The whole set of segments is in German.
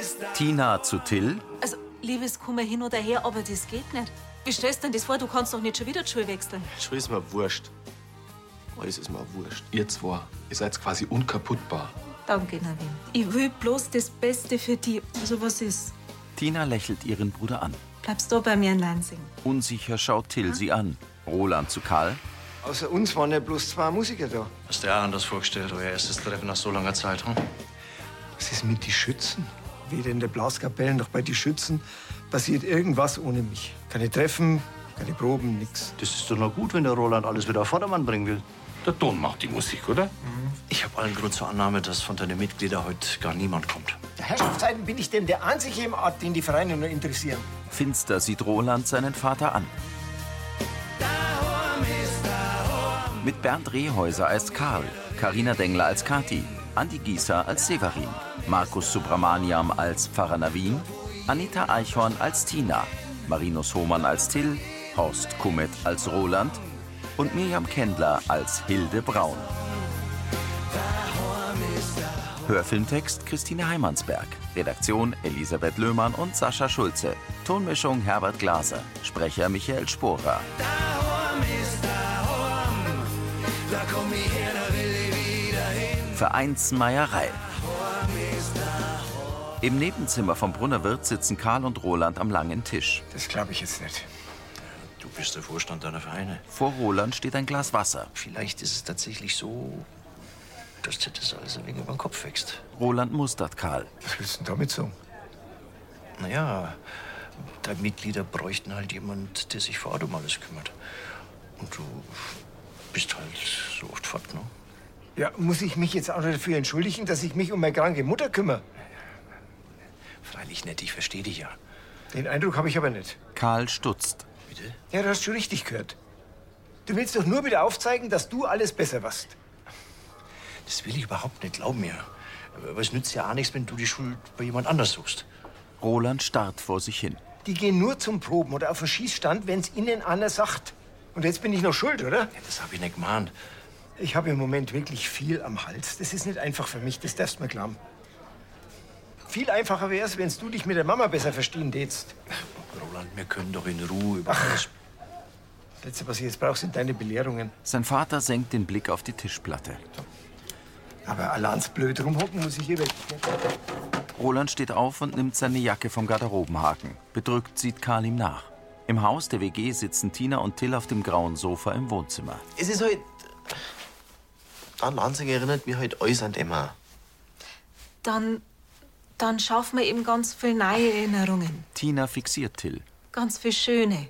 ist. Tina zu Till. Also, Liebeskummer hin oder her, aber das geht nicht. Wie stellst du denn das vor? Du kannst doch nicht schon wieder die Schule wechseln. Schon ist mir wurscht. Alles ist mir wurscht. Ihr zwei, ihr seid quasi unkaputtbar. Danke, Nadine. Ich will bloß das Beste für dich. Also, was ist? Tina lächelt ihren Bruder an. Bleibst du bei mir in Lansing? Unsicher schaut Till sie an. Roland zu Karl. Außer uns waren ja bloß zwei Musiker da. Hast du dir auch anders vorgestellt, euer erstes Treffen nach so langer Zeit, hm? Was ist mit die Schützen? Weder in der Blaskapelle noch bei die Schützen passiert irgendwas ohne mich. Keine Treffen, keine Proben, nix. Das ist doch noch gut, wenn der Roland alles wieder auf Vordermann bringen will. Der Ton macht die Musik, oder? Ich habe allen Grund zur Annahme, dass von deinen Mitgliedern heute gar niemand kommt. Der Herrschaftszeiten bin ich denn der einzige im Ort, den die Vereine nur interessieren. Finster sieht Roland seinen Vater an. Mit Bernd Rehäuser als Karl, Karina Dengler als Kati, Andi Gieser als Severin, Markus Subramaniam als Pfarrer Navin, Anita Eichhorn als Tina, Marinus Hohmann als Till, Horst Kummet als Roland und Mirjam Kendler als Hilde Braun. Hörfilmtext Christine Heimansberg. Redaktion Elisabeth Löhmann und Sascha Schulze. Tonmischung Herbert Glaser. Sprecher Michael Sporer. Vereinsmeierei. Im Nebenzimmer vom Brunnerwirt sitzen Karl und Roland am langen Tisch. Das glaube ich jetzt nicht. Du bist der Vorstand deiner Vereine. Vor Roland steht ein Glas Wasser. Vielleicht ist es tatsächlich so, dass dir das alles ein wenig über den Kopf wächst. Roland mustert Karl. Was willst du denn damit sagen? Naja, deine Mitglieder bräuchten halt jemand, der sich vor Ort um alles kümmert. Und du bist halt so oft fort, ne? Ja, muss ich mich jetzt auch noch dafür entschuldigen, dass ich mich um meine kranke Mutter kümmere? Freilich nicht, ich verstehe dich ja. Den Eindruck habe ich aber nicht. Karl stutzt. Bitte? Ja, du hast schon richtig gehört. Du willst doch nur wieder aufzeigen, dass du alles besser warst. Das will ich überhaupt nicht, glaub mir. Aber es nützt ja auch nichts, wenn du die Schuld bei jemand anders suchst. Roland starrt vor sich hin. Die gehen nur zum Proben oder auf den Schießstand, wenn's ihnen einer sagt. Und jetzt bin ich noch schuld, oder? Ja, das habe ich nicht gemahnt. Ich habe im Moment wirklich viel am Hals. Das ist nicht einfach für mich, das darfst du mir glauben. Viel einfacher wäre es, wenn du dich mit der Mama besser verstehen tätst. Roland, wir können doch in Ruhe über alles. Das Letzte, was ich jetzt brauche, sind deine Belehrungen. Sein Vater senkt den Blick auf die Tischplatte. Aber alleins blöd rumhocken muss ich hier weg. Roland steht auf und nimmt seine Jacke vom Garderobenhaken. Bedrückt sieht Karl ihm nach. Im Haus der WG sitzen Tina und Till auf dem grauen Sofa im Wohnzimmer. Es ist halt. An Lansing erinnert mich halt alles an Emma. Dann, dann schaffen wir eben ganz viele neue Erinnerungen. Tina fixiert Till. Ganz viele schöne. Hm?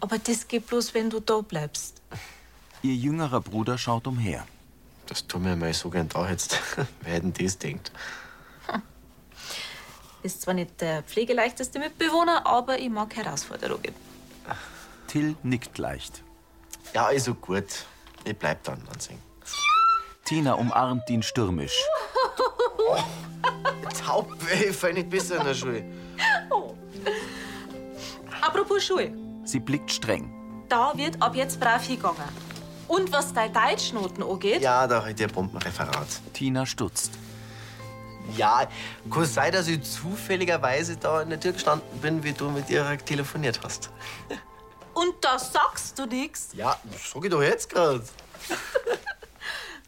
Aber das geht bloß, wenn du da bleibst. Ihr jüngerer Bruder schaut umher. Das tun wir mal so gern da jetzt. Wer hätten das denkt? Ist zwar nicht der pflegeleichteste Mitbewohner, aber ich mag Herausforderungen. Till nickt leicht. Ja, also gut. Ich bleib dann, Lansing. Tina umarmt ihn stürmisch. Taubweh, fall nicht besser in der Schule. Apropos Schule. Sie blickt streng. Da wird ab jetzt brav hingegangen. Und was deine Deutschnoten angeht, Ja, da halt ihr Bombenreferat. Tina stutzt. Ja, kann sein, dass ich zufälligerweise da in der Tür gestanden bin, wie du mit ihr telefoniert hast. und da sagst du nichts. Ja, sag ich doch jetzt gerade.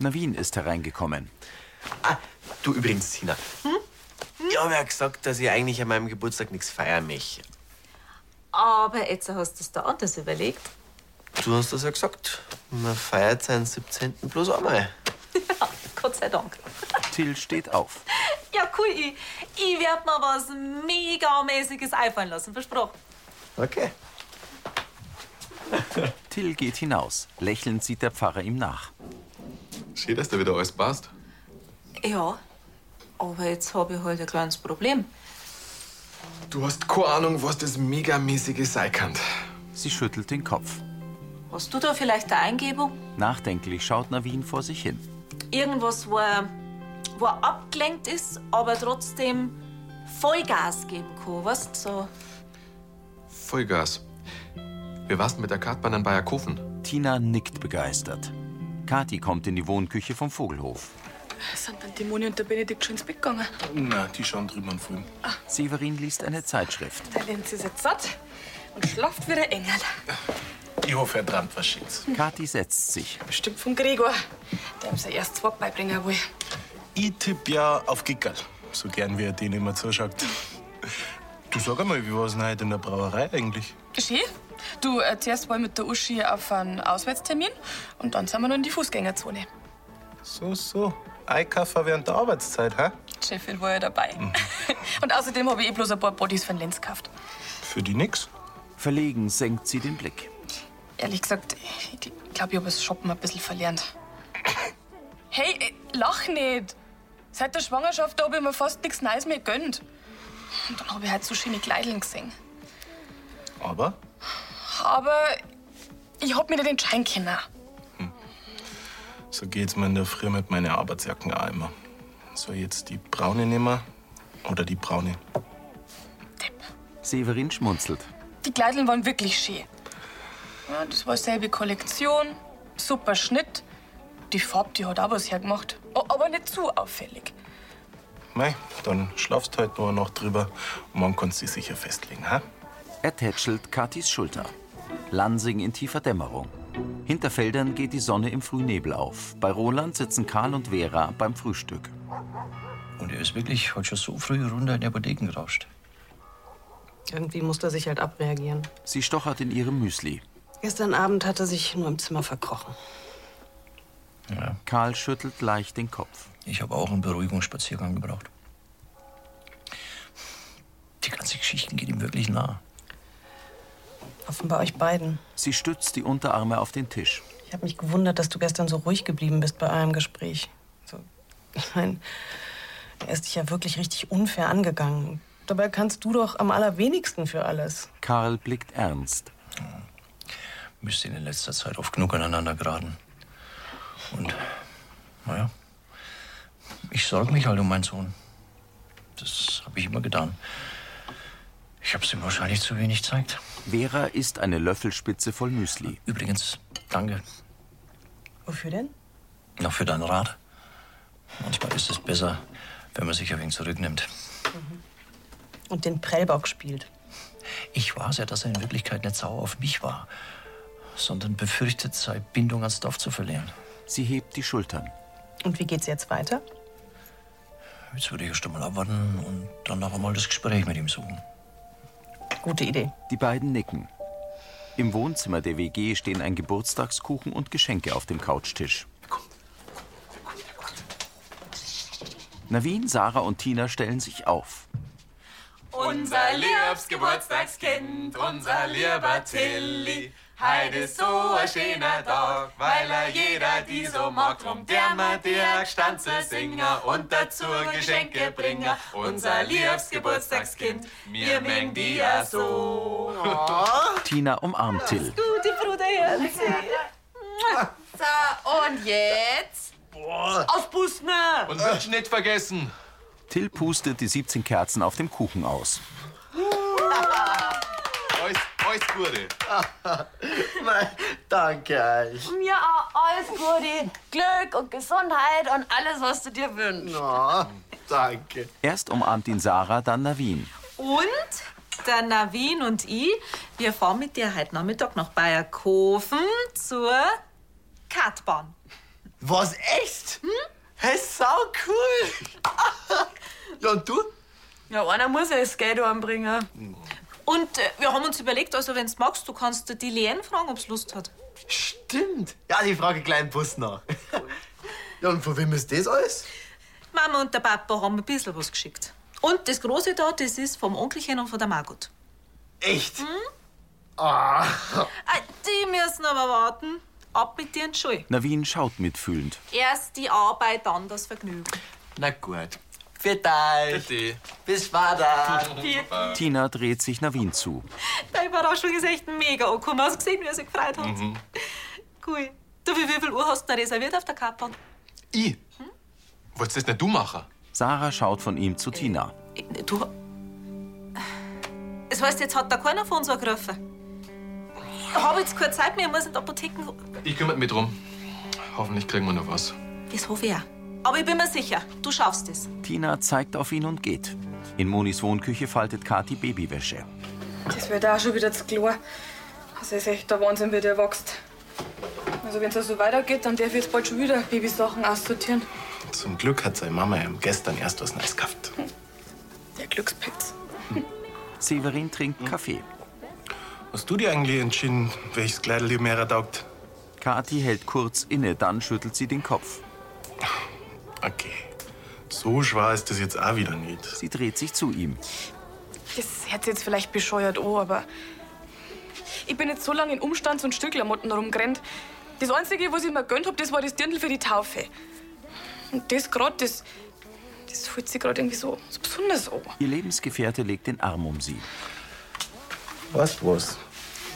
Navin ist hereingekommen. Ah, du übrigens, Tina. Ich habe ja gesagt, dass ich eigentlich an meinem Geburtstag nichts feiern möchte. Aber jetzt hast du es da anders überlegt. Du hast das ja gesagt. Man feiert seinen 17. bloß einmal. Ja, Gott sei Dank. Till steht auf. Ja, cool, ich, ich werd mir was megamäßiges einfallen lassen, versprochen. Okay. Till geht hinaus. Lächelnd sieht der Pfarrer ihm nach. Schön, dass da wieder alles passt. Ja, aber jetzt habe ich halt ein kleines Problem. Du hast keine Ahnung, was das Megamäßige sein kann. Sie schüttelt den Kopf. Hast du da vielleicht eine Eingebung? Nachdenklich schaut Navin vor sich hin. Irgendwas, wo er, wo er abgelenkt ist, aber trotzdem Vollgas geben kann, weißt du? So. Vollgas. Wir warst mit der Kartbahn an Bayerkofen. Tina nickt begeistert. Kathi kommt in die Wohnküche vom Vogelhof. Sind dann die Moni und der Benedikt schon ins Bett gegangen? Na, die schauen drüben am Film. Severin liest eine Zeitschrift. Der Lenz ist jetzt satt und schlaft wie der Engel. Ich hoffe, er träumt was Schönes. Kathi setzt sich. Bestimmt vom Gregor. Der ihm sein erstes Wort beibringen will. Ich tippe ja auf Gickerl. So gern wie er den immer zuschaut. Du sag einmal, wie war es denn heute in der Brauerei eigentlich? Schön. Du, äh, zuerst wollen wir mit der Uschi auf einen Auswärtstermin und dann sind wir noch in die Fußgängerzone. So, so. Einkaufen während der Arbeitszeit, hä? Die Chefin war ja dabei. und außerdem habe ich eh bloß ein paar Bodies von Lenz gekauft. Für die nix? Verlegen senkt sie den Blick. Ehrlich gesagt, ich glaube, ich habe das Shoppen ein bisschen verlernt. Hey, äh, lach nicht! Seit der Schwangerschaft habe ich mir fast nichts Neues mehr gönnt. Und dann habe ich halt so schöne Kleideln gesehen. Aber Aber ich hab mir nicht entscheiden können. so geht's mir in der Früh mit meinen Arbeitsjacken auch immer. Soll ich jetzt die braune nehmen oder die braune? Depp. Severin schmunzelt. Die Kleideln waren wirklich schön. Ja, das war selbe Kollektion, super Schnitt. Die Farbe, die hat auch was hergemacht. A- Aber nicht zu auffällig. Mei, dann schlafst halt nur noch drüber. Morgen kannst du dich sicher festlegen, hä? Er tätschelt Kathis Schulter. Lansing in tiefer Dämmerung. Hinter Feldern geht die Sonne im Frühnebel auf. Bei Roland sitzen Karl und Vera beim Frühstück. Und er ist wirklich heute schon so früh runter in die Apotheken gerauscht. Irgendwie musste er sich halt abreagieren. Sie stochert in ihrem Müsli. Gestern Abend hat er sich nur im Zimmer verkrochen. Ja, Karl schüttelt leicht den Kopf. ich habe auch einen Beruhigungsspaziergang gebraucht. Die ganze Geschichte geht ihm wirklich nah. Offenbar euch beiden. Sie stützt die Unterarme auf den Tisch. Ich habe mich gewundert, dass du gestern so ruhig geblieben bist bei einem Gespräch. So, ich meine, er ist dich ja wirklich richtig unfair angegangen. Dabei kannst du doch am allerwenigsten für alles. Karl blickt ernst. Müsste in letzter Zeit oft genug aneinander geraten. Und, naja, ich sorge mich halt um meinen Sohn. Das habe ich immer getan. Ich habe es ihm wahrscheinlich zu wenig gezeigt. Vera isst eine Löffelspitze voll Müsli. Übrigens, danke Wofür denn? noch für deinen Rat. Manchmal ist es besser, wenn man sich ein wenig zurücknimmt. Und den Prellbock spielt. Ich weiß ja, dass er in Wirklichkeit nicht sauer auf mich war, sondern befürchtet, seine Bindung ans Dorf zu verlieren. Sie hebt die Schultern. Und wie geht's jetzt weiter? Jetzt würde ich erst einmal abwarten und dann noch einmal das Gespräch mit ihm suchen. Gute Idee. Die beiden nicken. Im Wohnzimmer der WG stehen ein Geburtstagskuchen und Geschenke auf dem Couchtisch. Navin, Sarah und Tina stellen sich auf. Unser liebes Geburtstagskind, unser lieber Tilly. Heute ist so ein schöner Tag, weil er jeder die so mag. Drum der mal dir Stanze Singer und dazu Geschenke bringer. Unser liebes Geburtstagskind, wir mengen dir so. Tina umarmt Till. Gute Bruderherz. So, und jetzt? Auf Busner! Und Wünsch nicht vergessen. Till pustet die 17 Kerzen auf dem Kuchen aus. Alles, alles Gute. Nein, danke euch. Mir auch alles Gute, Glück und Gesundheit und alles, was du dir wünschst. Oh, danke. Erst umarmt ihn Sarah, dann Navin. Und der Navin und ich, wir fahren mit dir heute Nachmittag nach Bayerkofen zur Kartbahn. Was, echt? Hm? Hey, sau cool. ja, und du? Ja, einer muss ja das Geld anbringen. Und äh, wir haben uns überlegt, also wenn du magst, du kannst die Leanne fragen, ob sie Lust hat. Stimmt. Ja, die Frage kleinen Bus nach. ja, und von wem ist das alles? Mama und der Papa haben ein bisschen was geschickt. Und das Große da, das ist vom Onkelchen und von der Margot. Echt? Ah, Ah, die müssen aber warten. Ab mit dir in die Schule. Navin schaut mitfühlend. Erst die Arbeit, dann das Vergnügen. na gut. Für dich. Bitte. Bis später. Tina dreht sich Navin zu. Die Überraschung ist echt mega angekommen. Hast du gesehen, wie er sich gefreut hat? Cool. Du, wie, wie viel Uhr hast du denn reserviert auf der Kapern? Ich? Wolltest das nicht du machen? Sarah schaut von ihm zu Tina. Du. Das heißt, jetzt hat da keiner von uns angegriffen. Ich habe jetzt keine Zeit mehr, ich muss in die Apotheken. Ich kümmere mich drum. Hoffentlich kriegen wir noch was. Das hoffe ich auch. Aber ich bin mir sicher, du schaffst es. Tina zeigt auf ihn und geht. In Monis Wohnküche faltet Kathi Babywäsche. Das wird auch schon wieder zu klar. Das ist echt der Wahnsinn, wie der wächst. Also, wenn es so weitergeht, dann darf ich jetzt bald schon wieder Babysachen aussortieren. Zum Glück hat seine Mama ihm gestern erst was Neues gehabt. Der Glückspilz. Severin trinkt Kaffee. Hast du dir eigentlich entschieden, welches Kleidel dir mehr taugt? Kathi hält kurz inne, dann schüttelt sie den Kopf. Okay. So schwer ist das jetzt auch wieder nicht. Sie dreht sich zu ihm. Das hätte jetzt vielleicht bescheuert an, aber. Ich bin jetzt so lange in Umstands- und Stückklamotten rumgerannt. Das Einzige, was ich mir gönnt hab, das war das Dirndl für die Taufe. Und das gerade, das. Das fühlt sich gerade irgendwie so, so besonders an. Ihr Lebensgefährte legt den Arm um sie. Weißt du was?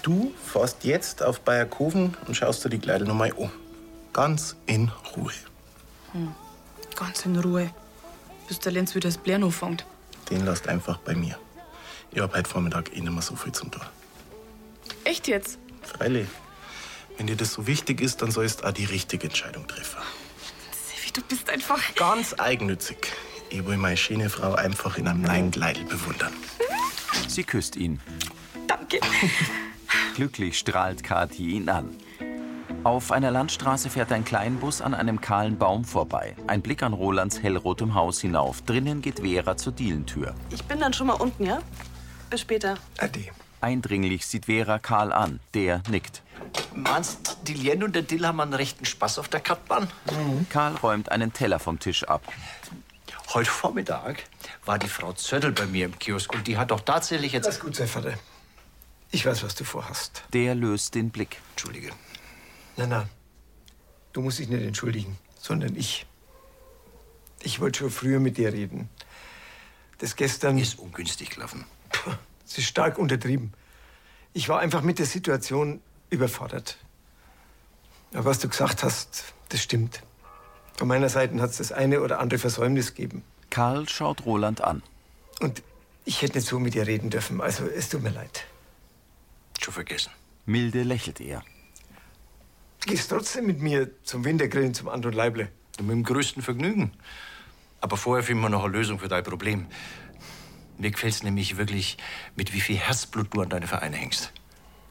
Du fährst jetzt auf Bayerkofen und schaust dir die Kleider nochmal an. Ganz in Ruhe. Ganz in Ruhe. Bis der Lenz wieder das Blären anfängt. Den lasst einfach bei mir. Ich hab heute Vormittag eh nicht mehr so viel zum Tun. Echt jetzt? Freilich. Wenn dir das so wichtig ist, dann sollst du auch die richtige Entscheidung treffen. Sevi, du bist einfach. Ganz eigennützig. Ich will meine schöne Frau einfach in einem neuen Kleidel bewundern. Sie küsst ihn. Danke. Glücklich strahlt Kathi ihn an. Auf einer Landstraße fährt ein Kleinbus an einem kahlen Baum vorbei. Ein Blick an Rolands hellrotem Haus hinauf. Drinnen geht Vera zur Dielentür. Ich bin dann schon mal unten, ja? Bis später. Eindringlich sieht Vera Karl an. Der nickt. Meinst die Lien und der Dill haben einen rechten Spaß auf der Kartbahn? Karl räumt einen Teller vom Tisch ab. Heute Vormittag war die Frau Zöttl bei mir im Kiosk und die hat doch tatsächlich jetzt. Alles gut, sein Vater. Ich weiß, was du vorhast. Der löst den Blick. Entschuldige. Na, na. Du musst dich nicht entschuldigen, sondern ich. Ich wollte schon früher mit dir reden. Das gestern. Ist ungünstig gelaufen. Es ist stark untertrieben. Ich war einfach mit der Situation überfordert. Aber was du gesagt hast, das stimmt. Von meiner Seite hat es das eine oder andere Versäumnis gegeben. Karl schaut Roland an. Und ich hätte nicht so mit dir reden dürfen, also es tut mir leid. Schon vergessen. Milde lächelt er. Du gehst trotzdem mit mir zum Wintergrillen zum Anton Leible. Mit dem größten Vergnügen. Aber vorher finden wir noch eine Lösung für dein Problem. Mir gefällt's nämlich wirklich, mit wie viel Herzblut du an deine Vereine hängst.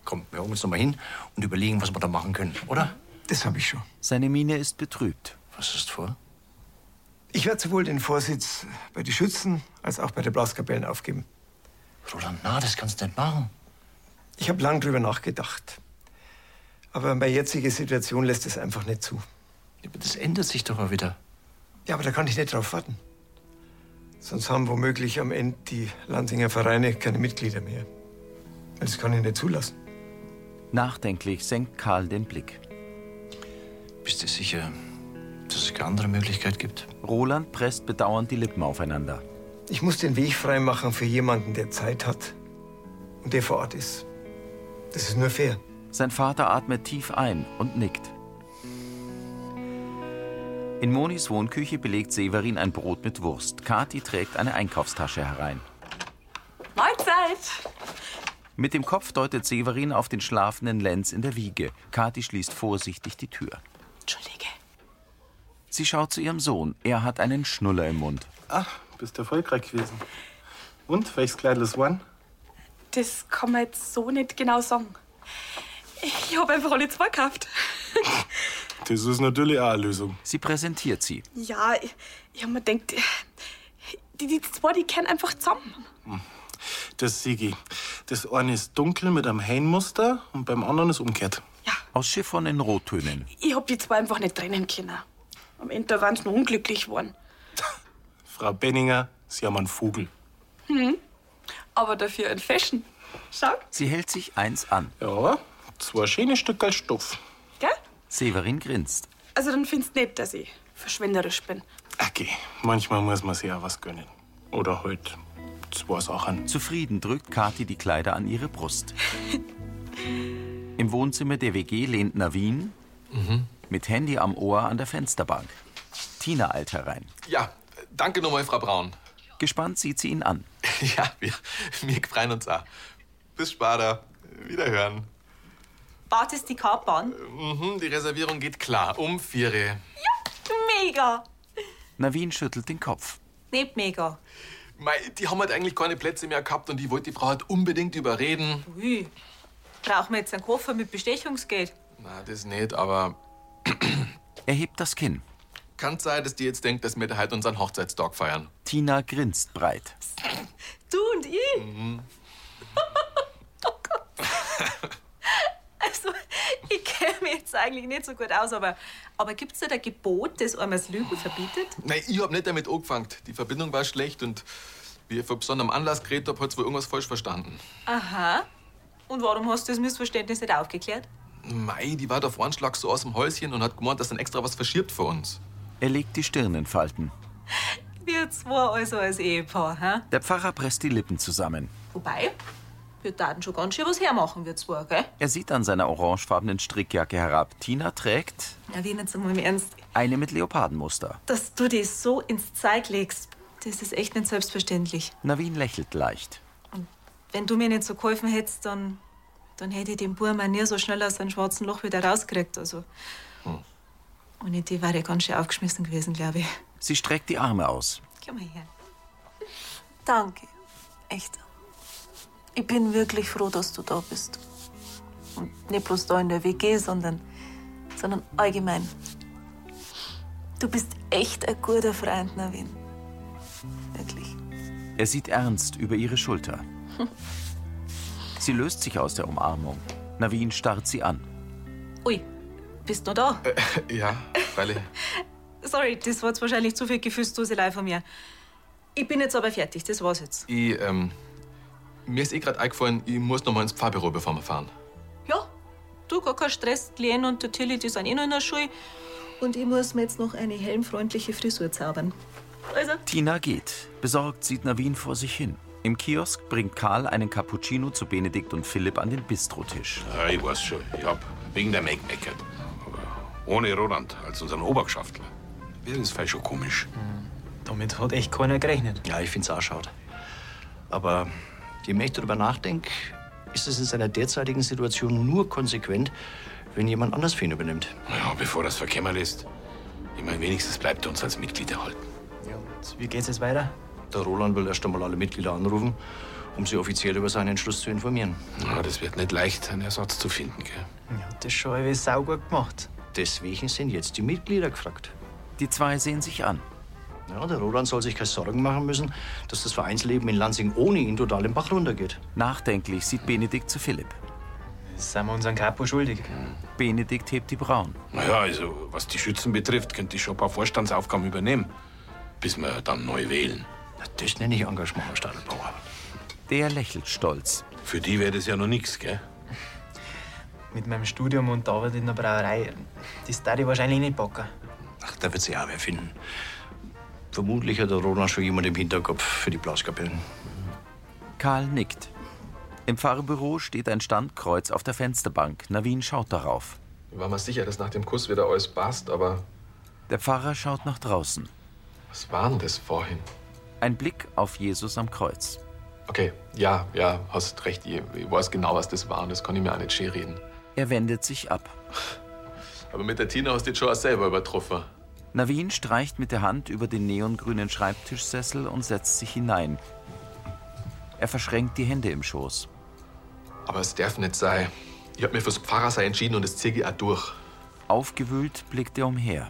Komm, wir holen uns noch mal hin und überlegen, was wir da machen können, oder? Das habe ich schon. Seine Miene ist betrübt. Was ist vor? Ich werde sowohl den Vorsitz bei den Schützen als auch bei der Blaskapellen aufgeben. Roland, na, das kannst du nicht machen. Ich habe lang drüber nachgedacht. Aber meine jetzige Situation lässt es einfach nicht zu. Aber das ändert sich doch auch wieder. Ja, aber da kann ich nicht drauf warten. Sonst haben womöglich am Ende die Lansinger Vereine keine Mitglieder mehr. Das kann ich nicht zulassen. Nachdenklich senkt Karl den Blick. Bist du sicher, dass es keine andere Möglichkeit gibt? Roland presst bedauernd die Lippen aufeinander. Ich muss den Weg freimachen für jemanden, der Zeit hat und der vor Ort ist. Das ist nur fair. Sein Vater atmet tief ein und nickt. In Monis Wohnküche belegt Severin ein Brot mit Wurst. Kathi trägt eine Einkaufstasche herein. Mahlzeit! Mit dem Kopf deutet Severin auf den schlafenden Lenz in der Wiege. Kathi schließt vorsichtig die Tür. Entschuldige. Sie schaut zu ihrem Sohn. Er hat einen Schnuller im Mund. Ach, bist erfolgreich gewesen. Und, welches Kleidel ist wann? Das kann man jetzt so nicht genau sagen. Ich habe einfach alle zwei gekauft. Das ist natürlich auch eine Lösung. Sie präsentiert sie. Ja, ich, ich hab mir gedacht, die, die zwei, die kennen einfach zusammen. Das Sigi. Das eine ist dunkel mit einem Hainmuster und beim anderen ist umgekehrt. Aus Chiffon in Rottönen. Ich hab die zwei einfach nicht trennen können. Am Ende waren sie nur unglücklich geworden. Frau Benninger, Sie haben einen Vogel. Hm. Aber dafür in Fashion. Schau. Sie hält sich eins an. Ja, zwei schöne Stücke Stoff. Gell? Severin grinst. Also dann findest du nicht, dass ich verschwenderisch bin. Okay, manchmal muss man sich auch was gönnen. Oder halt zwei Sachen. Zufrieden drückt Kathi die Kleider an ihre Brust. Im Wohnzimmer der WG lehnt Navin mit Handy am Ohr an der Fensterbank. Tina eilt herein. Ja, danke nochmal, Frau Braun. Gespannt sieht sie ihn an. Ja, wir, wir freuen uns auch. Bis später. Wiederhören. Wartest die Kartbahn? Mhm, die Reservierung geht klar. Um vier. Mega! Navin schüttelt den Kopf. Nicht mega. Mei, die haben halt eigentlich keine Plätze mehr gehabt und ich wollte die Frau halt unbedingt überreden. Ui, brauchen wir jetzt einen Koffer mit Bestechungsgeld? Na, das nicht, aber. Er hebt das Kinn. Kann sein, dass die jetzt denkt, dass wir da heute unseren Hochzeitstag feiern. Tina grinst breit. Du und ich? Oh Also, ich kenne mich jetzt eigentlich nicht so gut aus, aber, aber gibt es da ein Gebot, das einem das Lügen verbietet? Nein, ich hab nicht damit angefangen. Die Verbindung war schlecht und wie ich von besonderem Anlass geredet hab, hat's wohl irgendwas falsch verstanden. Aha. Und warum hast du das Missverständnis nicht aufgeklärt? Mei, die war auf einen Schlag so aus dem Häuschen und hat gemeint, dass dann extra was verschirbt für uns. Er legt die Stirn in Falten. Wir zwei also als Ehepaar, hä? Der Pfarrer presst die Lippen zusammen. Wobei, wir taten schon ganz schön was hermachen, wir zwei, gell? Er sieht an seiner orangefarbenen Strickjacke herab. Tina trägt Na, wie jetzt mal im Ernst, eine mit Leopardenmuster. dass du dich so ins Zeug legst, das ist echt nicht selbstverständlich. Navin lächelt leicht. Wenn du mir nicht so geholfen hättest, dann, dann hätte ich den Burm auch nie so schnell aus seinem schwarzen Loch wieder rausgekriegt. Also. Hm. Und ich die wäre ganz schön aufgeschmissen gewesen, glaube ich. Sie streckt die Arme aus. Komm mal her. Danke. Echt. Ich bin wirklich froh, dass du da bist. Und nicht bloß da in der WG, sondern, sondern allgemein. Du bist echt ein guter Freund, Navin. Wirklich. Er sieht ernst über ihre Schulter. Sie löst sich aus der Umarmung. Navin starrt sie an. Ui, bist du da? Ja, freilich. Sorry, das war jetzt wahrscheinlich zu viel Gefühlsduselei von mir. Ich bin jetzt aber fertig, das war's jetzt. Ich, ähm, mir ist eh gerade eingefallen, ich muss noch mal ins Pfarrbüro, bevor wir fahren. Ja, du, gar kein Stress. Die Lien und der Tilly, die sind eh noch in der Schule. Und ich muss mir jetzt noch eine helmfreundliche Frisur zaubern. Also, Tina geht. Besorgt sieht Navin vor sich hin. Im Kiosk bringt Karl einen Cappuccino zu Benedikt und Philipp an den Bistrotisch. Ja, ich weiß schon. Ich hab wegen der Meg meckert. Aber ohne Roland als unseren Obergeschäftler. Wäre das vielleicht schon komisch. Damit hat echt keiner gerechnet. Ja, ich find's auch schade. Aber je mehr ich darüber nachdenke, ist es in seiner derzeitigen Situation nur konsequent, wenn jemand anders für ihn übernimmt. Ja, bevor das verkämmert ist. Ich meine, wenigstens bleibt er uns als Mitglied erhalten. Wie geht's jetzt weiter? Der Roland will erst einmal alle Mitglieder anrufen, um sie offiziell über seinen Entschluss zu informieren. Ja, das wird nicht leicht, einen Ersatz zu finden, gell? Das ist schon irgendwie saugut gemacht. Deswegen sind jetzt die Mitglieder gefragt. Die zwei sehen sich an. Ja, der Roland soll sich keine Sorgen machen müssen, dass das Vereinsleben in Lansing ohne ihn total im Bach runtergeht. Nachdenklich sieht Benedikt zu Philipp. Sind wir unseren Capo schuldig? Benedikt hebt die Brauen. Naja, also, was die Schützen betrifft, könnte ich schon ein paar Vorstandsaufgaben übernehmen. Bis wir dann neu wählen. Das nenne ich Engagement, Herr Stadelbauer. Der lächelt stolz. Für die wäre das ja noch nichts, gell? Mit meinem Studium und der Arbeit in der Brauerei, das darf ich wahrscheinlich nicht packen. Ach, da wird sich auch wer finden. Vermutlich hat der Roland schon jemand im Hinterkopf für die Blaskapellen. Karl nickt. Im Pfarrbüro steht ein Standkreuz auf der Fensterbank. Navin schaut darauf. Ich war mir sicher, dass nach dem Kuss wieder alles passt, aber Der Pfarrer schaut nach draußen. was war denn das vorhin? Ein Blick auf Jesus am Kreuz. Okay, ja, ja, hast recht. Ich, ich weiß genau, was das war und das kann ich mir auch nicht schön reden. Er wendet sich ab. Aber mit der Tina hast du dich schon auch selber übertroffen. Navin streicht mit der Hand über den neongrünen Schreibtischsessel und setzt sich hinein. Er verschränkt die Hände im Schoß. Aber es darf nicht sein. Ich hab mich fürs Pfarrersein entschieden und das ziehe ich auch durch. Aufgewühlt blickt er umher.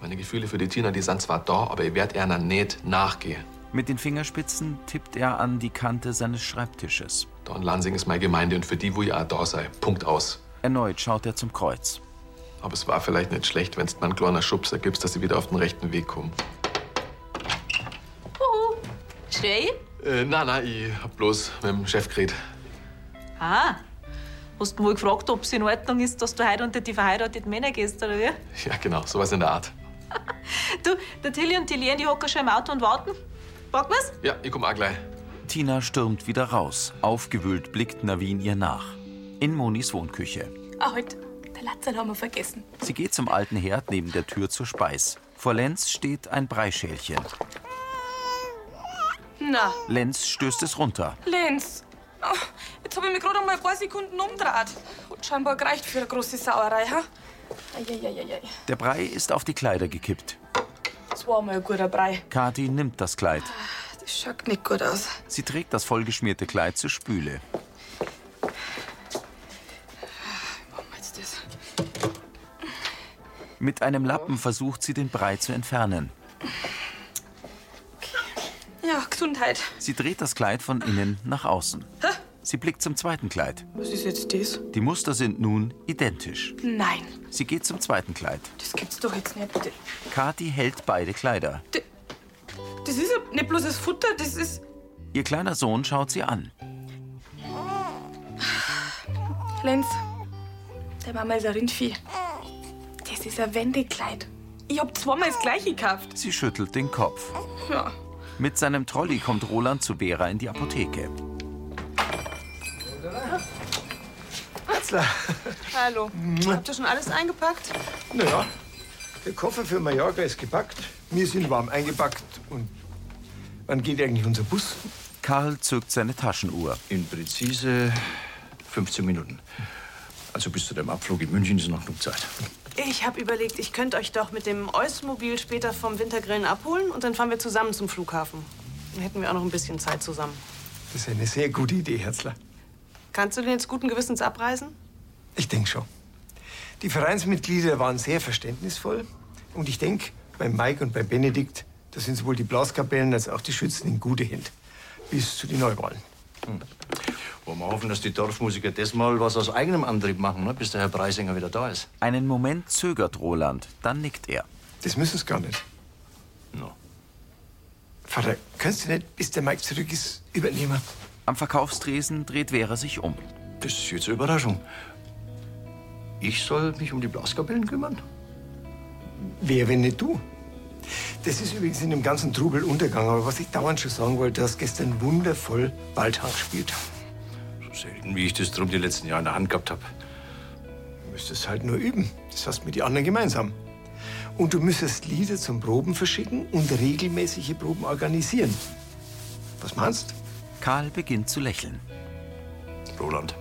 Meine Gefühle für die Tina, die sind zwar da, aber ich werd einer nicht nachgehen. Mit den Fingerspitzen tippt er an die Kante seines Schreibtisches. Don Lansing ist meine Gemeinde und für die, wo ich auch da sei. Punkt aus. Erneut schaut er zum Kreuz. Aber es war vielleicht nicht schlecht, wenn es mir einen kleinen Schubs ergibst, dass ich wieder auf den rechten Weg komme. uhu, schrei. Äh, na, na, ich hab bloß mit dem Chef geredet. Ah, hast du wohl gefragt, ob es in Ordnung ist, dass du heute unter die verheirateten Männer gehst, oder wie? Ja, genau, sowas in der Art. Du, der Tilly und die Lien, die hocken schon im Auto und warten. Packen wir's? Ja, ich komm auch gleich. Tina stürmt wieder raus. Aufgewühlt blickt Navin ihr nach. In Monis Wohnküche. Ah, halt, der Latzel haben wir vergessen. Sie geht zum alten Herd neben der Tür zur Speis. Vor Lenz steht ein Breischälchen. Na, Lenz stößt es runter. Lenz. Ah, jetzt habe ich mich gerade mal ein paar Sekunden umgedreht. Hat scheinbar gereicht für eine große Sauerei, ha? Eieieiei. Der Brei ist auf die Kleider gekippt. Das zweimal ein guter Brei. Kathi nimmt das Kleid. Das schaut nicht gut aus. Sie trägt das vollgeschmierte Kleid zur Spüle. Machen wir jetzt das. Mit einem Lappen versucht sie, den Brei zu entfernen. Ja, Gesundheit. Sie dreht das Kleid von innen nach außen. Sie blickt zum zweiten Kleid. Was ist jetzt das? Die Muster sind nun identisch. Nein, Sie geht zum zweiten Kleid. das gibt's doch jetzt nicht. D- Kathi hält beide Kleider. Das ist ja nicht bloß das Futter, das ist. Ihr kleiner Sohn schaut sie an. Lenz, der Mama ist ein Rindvieh. Das ist ein Wendekleid. Ich hab zweimal das gleiche gekauft. Sie schüttelt den Kopf. Ja. Mit seinem Trolley kommt Roland zu Vera in die Apotheke. Herzler. Hallo. Habt ihr schon alles eingepackt? Naja, der Koffer für Mallorca ist gepackt. Wir sind warm eingepackt. Und wann geht eigentlich unser Bus? Karl zückt seine Taschenuhr. In präzise 15 Minuten. Also bis zu dem Abflug in München ist noch genug Zeit. Ich habe überlegt, ich könnte euch doch mit dem Eusmobil später vom Wintergrillen abholen und dann fahren wir zusammen zum Flughafen. Dann hätten wir auch noch ein bisschen Zeit zusammen. Das ist eine sehr gute Idee, Herzler. Kannst du denn jetzt guten Gewissens abreisen? Ich denke schon. Die Vereinsmitglieder waren sehr verständnisvoll. Und ich denke, bei Mike und bei Benedikt, da sind sowohl die Blaskapellen als auch die Schützen in gute Hände. Bis zu den Neuwahlen. Wollen wir hoffen, dass die Dorfmusiker diesmal was aus eigenem Antrieb machen, ne? bis der Herr Preisinger wieder da ist. Einen Moment zögert Roland, dann nickt er. Das müssen sie gar nicht. No. Vater, könntest du nicht, bis der Mike zurück ist, übernehmen? Am Verkaufstresen dreht Vera sich um. Das ist jetzt eine Überraschung. Ich soll mich um die Blaskapellen kümmern? Wer, wenn nicht du? Das ist übrigens in dem ganzen Trubel Untergang. Aber was ich dauernd schon sagen wollte, du hast gestern wundervoll Waldhang gespielt. So selten, wie ich das drum die letzten Jahre in der Hand gehabt habe. Du müsstest halt nur üben. Das hast mit den anderen gemeinsam. Und du müsstest Lieder zum Proben verschicken und regelmäßige Proben organisieren. Was meinst Karl beginnt zu lächeln. Roland,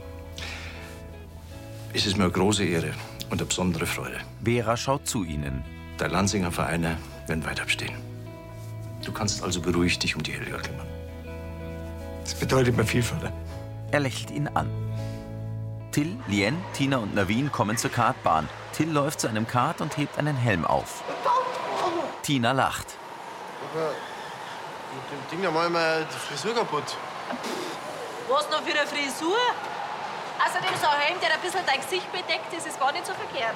es ist mir eine große Ehre und eine besondere Freude. Vera schaut zu Ihnen. Der Lansinger Vereine werden weiter bestehen. Du kannst also beruhigt dich um die Helga kümmern. Das bedeutet mir viel, Vater. Er lächelt ihn an. Till, Lien, Tina und Navin kommen zur Kartbahn. Till läuft zu einem Kart und hebt einen Helm auf. Tina lacht. Aber mit dem Ding, da mach ich mir die Frisur kaputt. Was noch für eine Frisur? Außerdem so ein Helm, der ein bisschen dein Gesicht bedeckt, das ist gar nicht so verkehrt.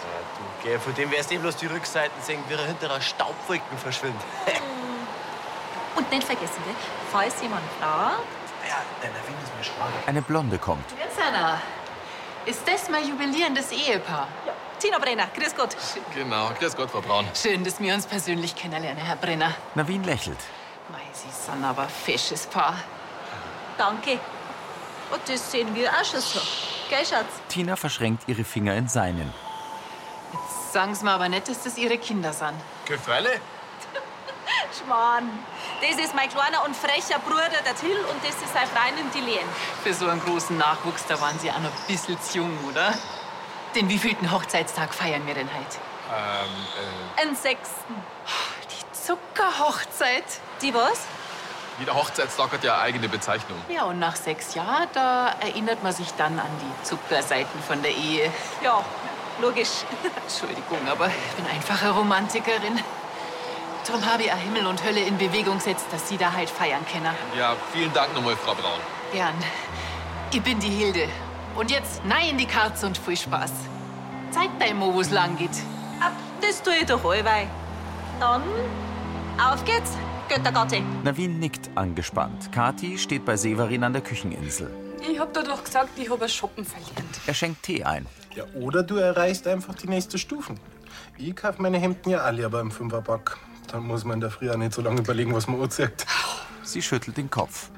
Gell, von dem wärst eh bloß die Rückseiten sehen, wie er hinter einer Staubwolken verschwindet. Und nicht vergessen, gell? falls jemand fragt. Deiner Wind ist mir schwager. Eine Blonde kommt. Jetzt einer. Ist das eh. mein jubilierendes Ehepaar? Ja. Tina Brenner, grüß Gott. Genau, grüß Gott, Frau Braun. Schön, dass wir uns persönlich kennenlernen, Herr Brenner. Navin lächelt. Mei, Sie sind aber ein fesches Paar. Danke. Und das sehen wir auch schon so. Gell, Schatz? Tina verschränkt ihre Finger in seinen. Jetzt sagen Sie mir aber nicht, dass das Ihre Kinder sind. Gefälle? Schwan, das ist mein kleiner und frecher Bruder, der Till, und das ist seine Freundin, die Lien. Für so einen großen Nachwuchs, da waren Sie auch noch ein bisschen zu jung, oder? Den wievielten Hochzeitstag feiern wir denn heute? Ähm, Einen sechsten. Die Zuckerhochzeit. Die was? äh, jeder Hochzeitstag hat ja eine eigene Bezeichnung. Ja, und nach sechs Jahren, da erinnert man sich dann an die Zuckerseiten von der Ehe. Ja, logisch. Entschuldigung, aber ich bin einfache Romantikerin. Darum habe ich auch Himmel und Hölle in Bewegung gesetzt, dass Sie da halt feiern können. Ja, vielen Dank nochmal, Frau Braun. Gern. Ich bin die Hilde. Und jetzt nein in die Karts und viel Spaß. Zeig dein Mo, wo es lang geht. Ab, Ah, das tue ich doch allweil. Dann auf geht's, Göttergotte. Navin nickt angespannt. Kathi steht bei Severin an der Kücheninsel. Ich hab da doch gesagt, ich hab ein Shoppen verlernt. Er schenkt Tee ein. Ja, oder du erreichst einfach die nächste Stufen. Ich kauf meine Hemden ja alle, aber im Fünferpack. Dann muss man in der Früh auch nicht so lange überlegen, was man anzieht. Sie schüttelt den Kopf.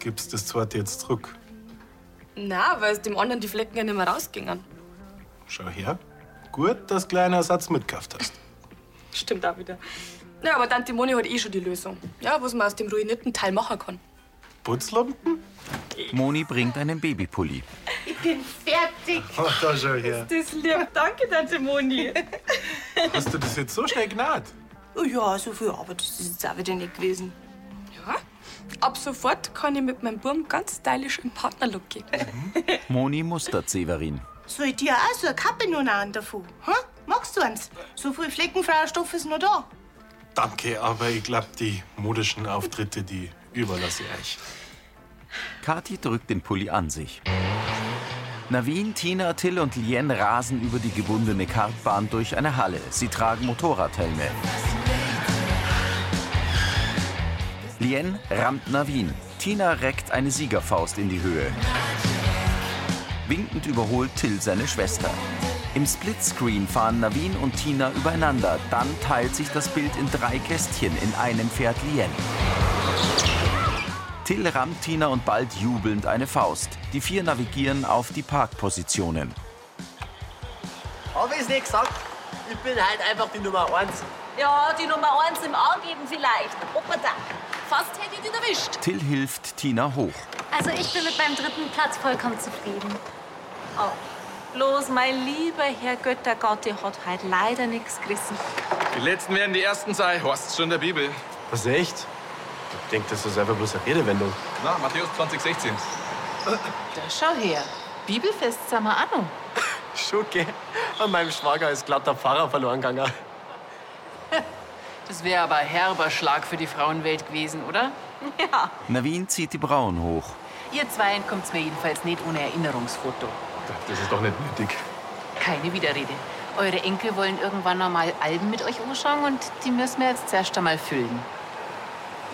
Gibst das zweite jetzt zurück. Na, weil es dem anderen die Flecken ja nicht mehr rausgingen. Schau her. Gut, dass kleiner Satz mitgekauft hast. Stimmt auch wieder. Na, aber Tante Moni hat eh schon die Lösung. Ja, was man aus dem ruinierten Teil machen kann. Putzlampen? Moni bringt einen Babypulli. Ich bin fertig. Ach, da schon her. Das lieb. Danke, Tante Moni. Hast du das jetzt so schnell genannt? Oh ja, so viel Arbeit ist es jetzt auch wieder nicht gewesen. Ab sofort kann ich mit meinem Burm ganz stylisch im Partnerlook gehen. Moni mustert Severin. Soll ich dir auch so eine Kappe nun an davon? Hm? Magst du eins? So viel fleckenfreier Stoff ist noch da. Danke, aber ich glaube, die modischen Auftritte, die überlasse ich euch. Kathi drückt den Pulli an sich. Navin, Tina, Till und Lien rasen über die gebundene Kartbahn durch eine Halle. Sie tragen Motorradhelme. Lien rammt Navin. Tina reckt eine Siegerfaust in die Höhe. Winkend überholt Till seine Schwester. Im Splitscreen fahren Navin und Tina übereinander. Dann teilt sich das Bild in drei Kästchen. In einem fährt Lien. Till rammt Tina und bald jubelnd eine Faust. Die vier navigieren auf die Parkpositionen. Hab ich's nicht gesagt? Ich bin halt einfach die Nummer eins. Ja, die Nummer eins im Angeben vielleicht. Opa da. Fast hätte ich dich erwischt. Till hilft Tina hoch. Also ich bin mit meinem dritten Platz vollkommen zufrieden. Oh. Bloß mein lieber Herr Göttergott, der hat heute leider nichts gerissen. Die Letzten werden die Ersten sein, heißt schon in der Bibel. Was, echt? Ich denke, das ist einfach bloß eine Redewendung. Na, Matthäus 2016. Da schau her. Bibelfest sind wir auch noch. Schon, gell? An meinem Schwager ist glatt der Pfarrer verloren gegangen. Das wäre aber ein herber Schlag für die Frauenwelt gewesen, oder? Ja. Navin zieht die Brauen hoch. Ihr Zweien kommt's mir jedenfalls nicht ohne Erinnerungsfoto. Das ist doch nicht nötig. Keine Widerrede. Eure Enkel wollen irgendwann einmal Alben mit euch anschauen und die müssen wir jetzt zuerst einmal füllen.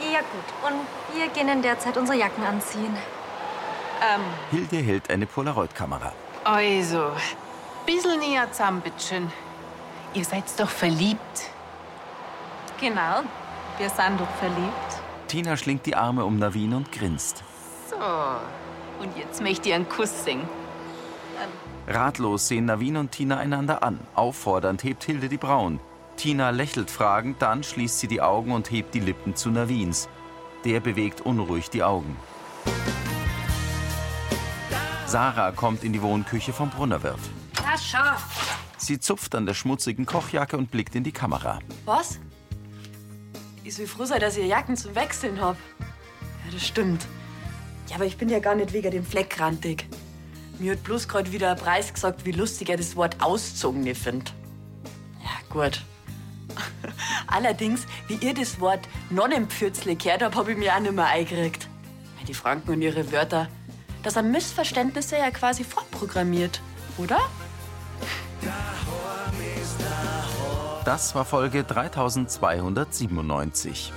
Ja gut, und wir gehen in der Zeit unsere Jacken anziehen. Ähm, Hilde hält eine Polaroid-Kamera. also, bissl näher zusammen, bitteschön. Ihr seid doch verliebt. Genau. Wir sind doch verliebt. Tina schlingt die Arme um Navin und grinst. So. Und jetzt möchte ich einen Kuss singen. Ratlos sehen Navin und Tina einander an. Auffordernd hebt Hilde die Brauen. Tina lächelt fragend, dann schließt sie die Augen und hebt die Lippen zu Navins. Der bewegt unruhig die Augen. Sarah kommt in die Wohnküche vom Brunnerwirt. Na, scharf. Sie zupft an der schmutzigen Kochjacke und blickt in die Kamera. Was? Ich soll froh sein, dass ihr Jacken zum Wechseln habt. Ja, das stimmt. Ja, aber ich bin ja gar nicht wegen dem Fleck rantig. Mir hat bloß gerade wieder ein Preis gesagt, wie lustig er das Wort auszogene findet. Ja, gut. Allerdings, wie ihr das Wort Nonnenpfürzle gehört habt, hab ich mir auch nicht mehr eingekriegt. Weil Die Franken und ihre Wörter. Das sind Missverständnisse ja quasi vorprogrammiert, oder? Das war Folge 3297.